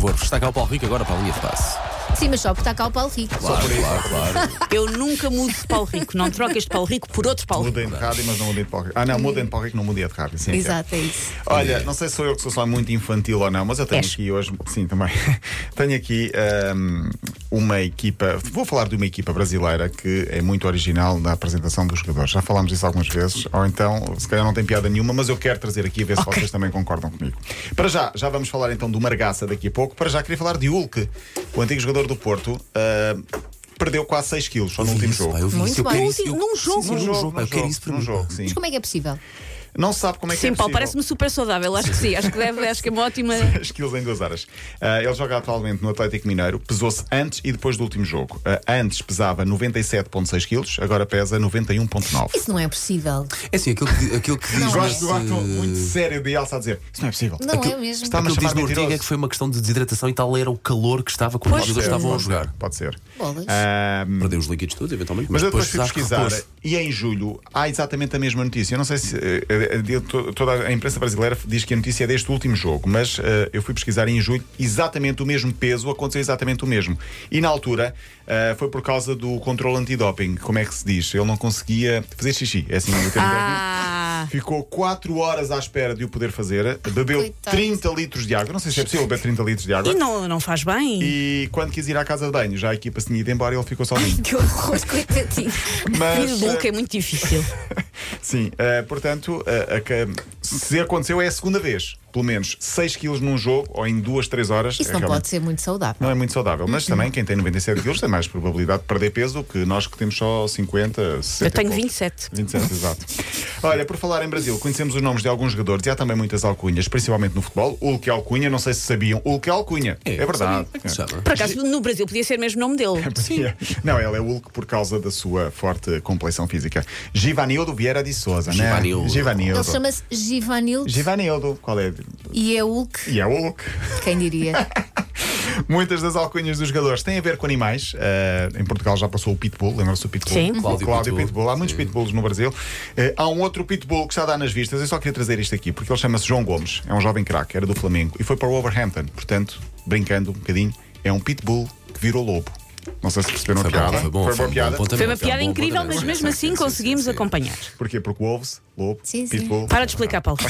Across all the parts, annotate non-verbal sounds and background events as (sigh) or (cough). favor, está cá o Paulo Rico agora para a linha de passe. Sim, mas só porque está cá o Paulo Rico. Claro, claro, claro. Eu nunca mudo de pau rico. Não troco este pau rico por outro pau rico. Mudem de rádio, mas não mudem de pau rico. Ah, não, mudem de pau rico, não mudem de rádio. Sim, Exato, é isso. Olha, não sei se sou eu que sou só muito infantil ou não, mas eu tenho És. aqui hoje, sim, também. (laughs) tenho aqui ahm, uma equipa. Vou falar de uma equipa brasileira que é muito original na apresentação dos jogadores. Já falámos disso algumas vezes, ou então, se calhar não tem piada nenhuma, mas eu quero trazer aqui a ver se vocês também concordam comigo. Para já, já vamos falar então do Margaça daqui a pouco. Para já, queria falar de Hulk, o antigo jogador do Porto. ahm, Perdeu quase 6 quilos só no último Isso, jogo. pá, eu vi Muito isso, eu bem. quero Num isso, eu- num jogo, sim, Num num jogo, pá, eu quero isso para num mim. jogo, sim. Mas como é que é possível? Não sabe como é que é Sim, Paulo, possível. parece-me super saudável. Acho que sim. Acho que deve. Acho que é uma ótima. (laughs) As quilos em duas horas. Ah, ele joga atualmente no Atlético Mineiro, pesou-se antes e depois do último jogo. Ah, antes pesava 97,6 quilos, agora pesa 91,9. Isso não é possível. É assim, aquilo que, aquilo que diz. Não é. Gosto do ato um muito sério de Elsa a dizer: Isso não é possível. Não Aquilo- é mesmo. Está-me a Aquilo que diz no chamar artigo é que mentiroso. foi uma questão de desidratação e tal era o calor que estava quando os Pois jogadores é. estavam a jogar. Pode ser. Bolas. Ah, Perdeu os líquidos todos, eventualmente, Mas, mas, eu depois fui acho que pesquisar repôs. e em julho há exatamente a mesma notícia. Eu não sei se eh, eh, de- to- toda a imprensa brasileira diz que a notícia é deste último jogo, mas eh, eu fui pesquisar e em julho exatamente o mesmo peso, aconteceu exatamente o mesmo. E na altura eh, foi por causa do controle antidoping, como é que se diz? Ele não conseguia fazer xixi, é assim o termo técnico. Ah! Ficou 4 horas à espera de o poder fazer, bebeu Coitado. 30 litros de água, não sei se é possível beber 30 litros de água. E não, não faz bem. E quando quis ir à casa de banho, já a equipa se tinha ido embora e ele ficou sozinho. Que horror, (laughs) coitadinho. Mas, Filho do Hulk eh, é muito difícil. Sim, eh, portanto, eh, a ca- se aconteceu é a segunda vez. Pelo menos 6 quilos num jogo ou em 2, 3 horas. Isso é não realmente- pode ser muito saudável. Não é muito saudável, mas também quem tem 97 quilos tem mais probabilidade de perder peso do que nós que temos só 50, 60. Eu tenho e pouco. 27. 27, exato. Olha, por falar em Brasil, conhecemos os nomes de alguns jogadores e há também muitas alcunhas, principalmente no futebol. Hulk é alcunha, não sei se sabiam. Hulk é alcunha. É, verdade. Como é que se chama? Por acaso, no Brasil podia ser mesmo o nome dele. Não, ela é Hulk por causa da sua forte complexão física. Givanildo Vieira de Souza, né? Givanildo. Givanildo. Ele chama-se Givanil Givanildo, qual é? e é Hulk, E é Hulk. quem diria? (laughs) Muitas das alcunhas dos jogadores têm a ver com animais. Uh, em Portugal já passou o Pitbull, lembra-se do Pitbull? Sim. Cláudio, Cláudio Cláudio Pitbull. Pitbull. Há muitos Pitbulls no Brasil. Uh, há um outro Pitbull que está a dar nas vistas. Eu só queria trazer isto aqui, porque ele chama-se João Gomes. É um jovem craque, era do Flamengo e foi para o Wolverhampton. Portanto, brincando um bocadinho, é um Pitbull que virou lobo. Não sei se perceberam a Foi piada. bom, foi bom, foi uma um boa bom piada. ponto. Foi Também, uma foi um piada bom incrível, ponto, mas não é? Sim, mesmo assim sim, sim, conseguimos sim. acompanhar. Porquê? Porque ovos, lobo, Sim, sim. Pitbull. Para de explicar, Paulo.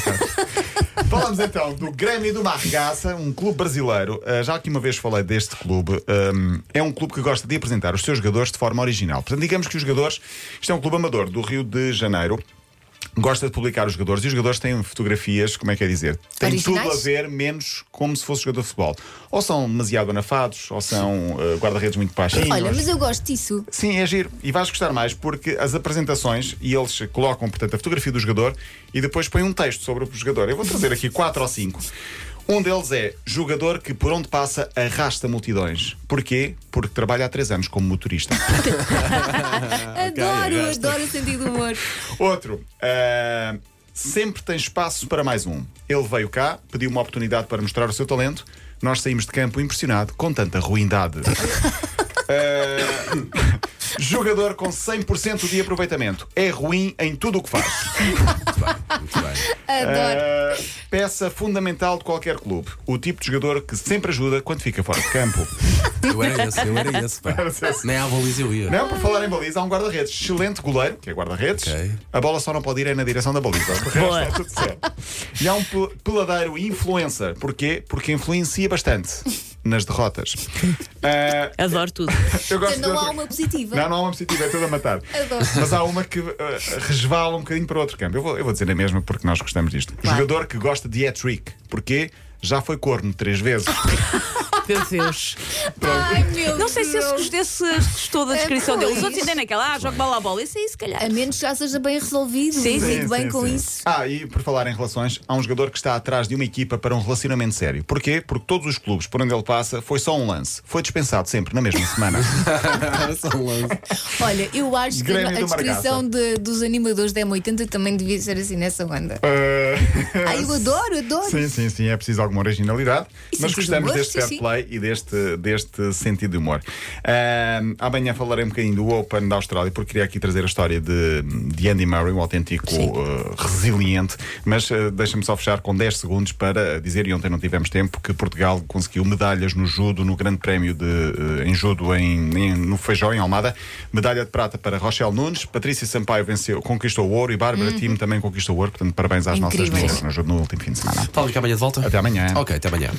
Falamos então do Grêmio do Margaça, um clube brasileiro. Uh, já aqui uma vez falei deste clube. Um, é um clube que gosta de apresentar os seus jogadores de forma original. Portanto, digamos que os jogadores. Isto é um clube amador do Rio de Janeiro. Gosta de publicar os jogadores e os jogadores têm fotografias, como é que é dizer? Tem Originais? tudo a ver, menos como se fosse jogador de futebol. Ou são demasiado anafados, ou são uh, guarda-redes muito baixinhos. Olha, mas eu gosto disso. Sim, é giro. E vais gostar mais porque as apresentações, e eles colocam, portanto, a fotografia do jogador e depois põem um texto sobre o jogador. Eu vou trazer aqui quatro ou cinco. Um deles é jogador que por onde passa arrasta multidões. Porquê? Porque trabalha há três anos como motorista. Ah, Adoro, adoro o sentido do humor. Outro. ah, sempre tem espaço para mais um. Ele veio cá, pediu uma oportunidade para mostrar o seu talento. Nós saímos de campo impressionado com tanta ruindade. Ah, jogador com 100% de aproveitamento. É ruim em tudo o que faz. Muito bem. Adoro. Ah, peça fundamental de qualquer clube. O tipo de jogador que sempre ajuda quando fica fora de campo. Eu era esse, eu era esse, pá. Nem à baliza eu ia. Não, por falar em baliza, há um guarda-redes. Excelente goleiro, que é guarda-redes. Ok. A bola só não pode ir é na direção da baliza. De resto, Boa. está tudo certo. E há um pe- peladeiro influencer. Porquê? Porque influencia bastante nas derrotas. Ah, Adoro tudo. eu gosto de Não há outra- uma positiva. Não, não há uma positiva, é toda a matar. Adoro. Mas há uma que ah, resvala um bocadinho para outro campo. Eu vou, eu vou dizer a mesma porque nós gostamos disto. Claro. Jogador que gosta de hat-trick. Porquê? Já foi corno três vezes. Meu Deus. Ai, meu Não sei se esse Deus. gostou- se gostou da É, descrição dele. Os pois. outros ainda naquela, ah, jogo bola a bola. Isso aí, se calhar. A menos que já seja bem resolvido. Sim, Lido Sim, bem sim, com sim. isso. Ah, e por falar em relações, há um jogador que está atrás de uma equipa para um relacionamento sério. Porquê? Porque todos os clubes por onde ele passa foi só um lance. Foi dispensado sempre na (laughs) mesma semana. Ah, Era só um lance. Olha, eu acho que Grêmio a do Margaça. descrição de- dos animadores da M80 também devia ser assim nessa onda. Ah, Ai, eu adoro, adoro. (laughs) Sim, sim, sim, é preciso alguma originalidade. Isso mas é preciso gostamos gosto, deste fair sim, sim. play play e deste, deste sentido de humor. Ahm, amanhã falarei um bocadinho do Open da Austrália, porque queria aqui trazer a história de, de Andy Murray, um autêntico eh, resiliente. Mas eh, deixa-me só fechar com 10 segundos para dizer, e ontem não tivemos tempo, que Portugal conseguiu medalhas no judo, no Grande Prémio de, eh, em judo em, em- no Feijó, em Almada. Medalha de prata para Rochelle Nunes. Patrícia Sampaio venceu, conquistou o ouro e Bárbara Timo também conquistou o ouro. Portanto, parabéns às nossas Uhum. Incríveis. meninas no judo no último fim de semana. Paulo, fica amanhã de volta? Até amanhã. Ok, até amanhã.